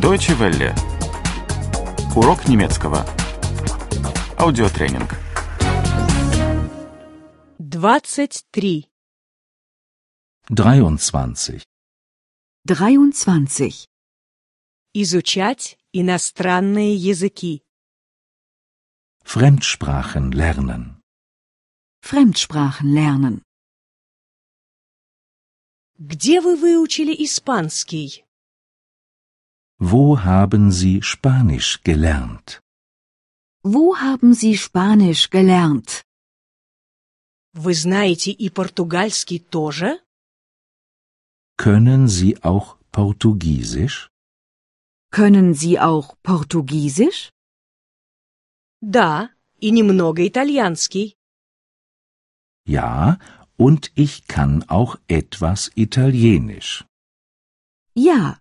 Deutsche Welle. Урок немецкого. Аудиотренинг. 23. 23. 23. Изучать иностранные языки. Fremdsprachen lernen. Fremdsprachen lernen. Где вы выучили испанский? Wo haben Sie Spanisch gelernt? Wo haben Sie Spanisch gelernt? Вы знаете и португальский тоже? Können Sie auch Portugiesisch? Können Sie auch Portugiesisch? Да, и немного итальянский. Ja, und ich kann auch etwas Italienisch. Ja,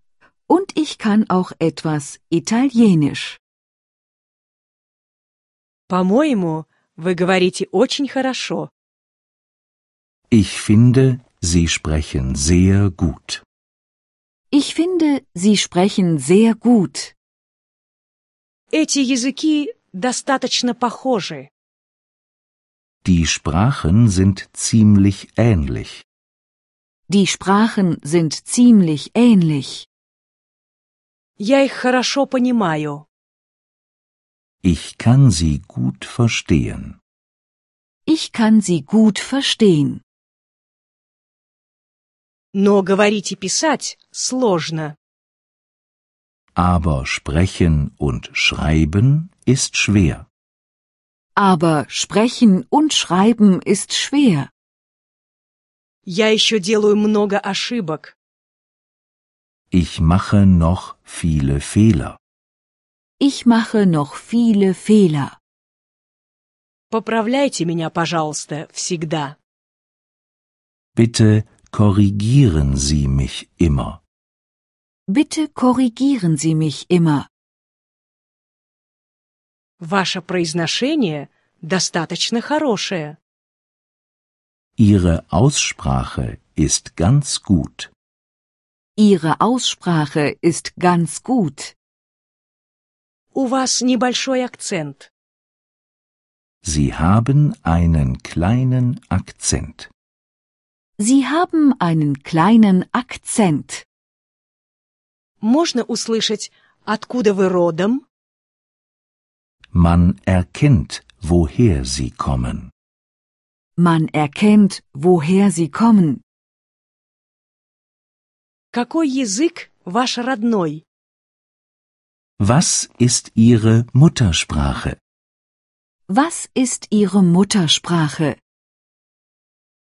und ich kann auch etwas Italienisch. По-моему, вы говорите очень хорошо. Ich finde, Sie sprechen sehr gut. Ich finde, Sie sprechen sehr gut. Эти языки достаточно похожи. Die Sprachen sind ziemlich ähnlich. Die Sprachen sind ziemlich ähnlich. Я их хорошо понимаю. Ich kann sie gut verstehen. Ich kann sie gut verstehen. Но говорить и писать сложно. Aber sprechen und schreiben ist schwer. Aber sprechen und schreiben ist schwer. Я еще делаю много ошибок. Ich mache noch viele Fehler. Ich mache noch viele Fehler. Поправляйте меня, пожалуйста, всегда. Bitte korrigieren Sie mich immer. Bitte korrigieren Sie mich immer. Ваше произношение достаточно хорошее. Ihre Aussprache ist ganz gut. Ihre Aussprache ist ganz gut. У вас небольшой акцент. Sie haben einen kleinen Akzent. Sie haben einen kleinen Akzent. Можно услышать, откуда вы родом? Man erkennt, woher Sie kommen. Man erkennt, woher sie kommen. Какой язык ваш родной? Was ist Ihre Muttersprache? Was ist ihre Muttersprache?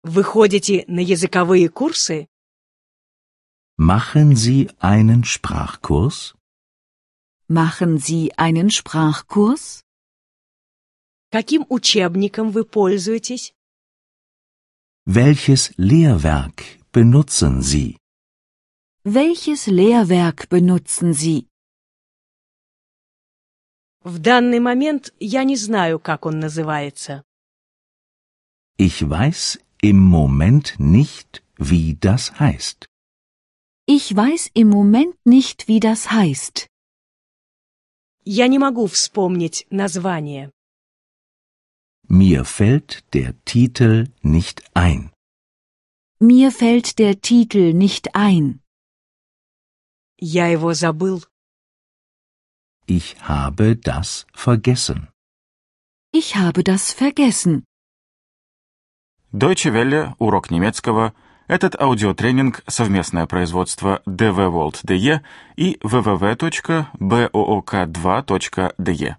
Вы ходите на языковые курсы? Machen Sie einen Sprachkurs? Machen Sie einen Sprachkurs? Каким учебником вы пользуетесь? Welches Lehrwerk benutzen Sie? Welches Lehrwerk benutzen Sie? В данный момент я не знаю, как он называется. Ich weiß im Moment nicht, wie das heißt. Ich weiß im Moment nicht, wie das heißt. Я не могу вспомнить название. Mir fällt der Titel nicht ein. Mir fällt der Titel nicht ein. Я его забыл. Ich habe das vergessen. Ich habe das vergessen. Deutsche Welle. Урок немецкого. Этот аудиотренинг – совместное производство DW World DE и www.book2.de.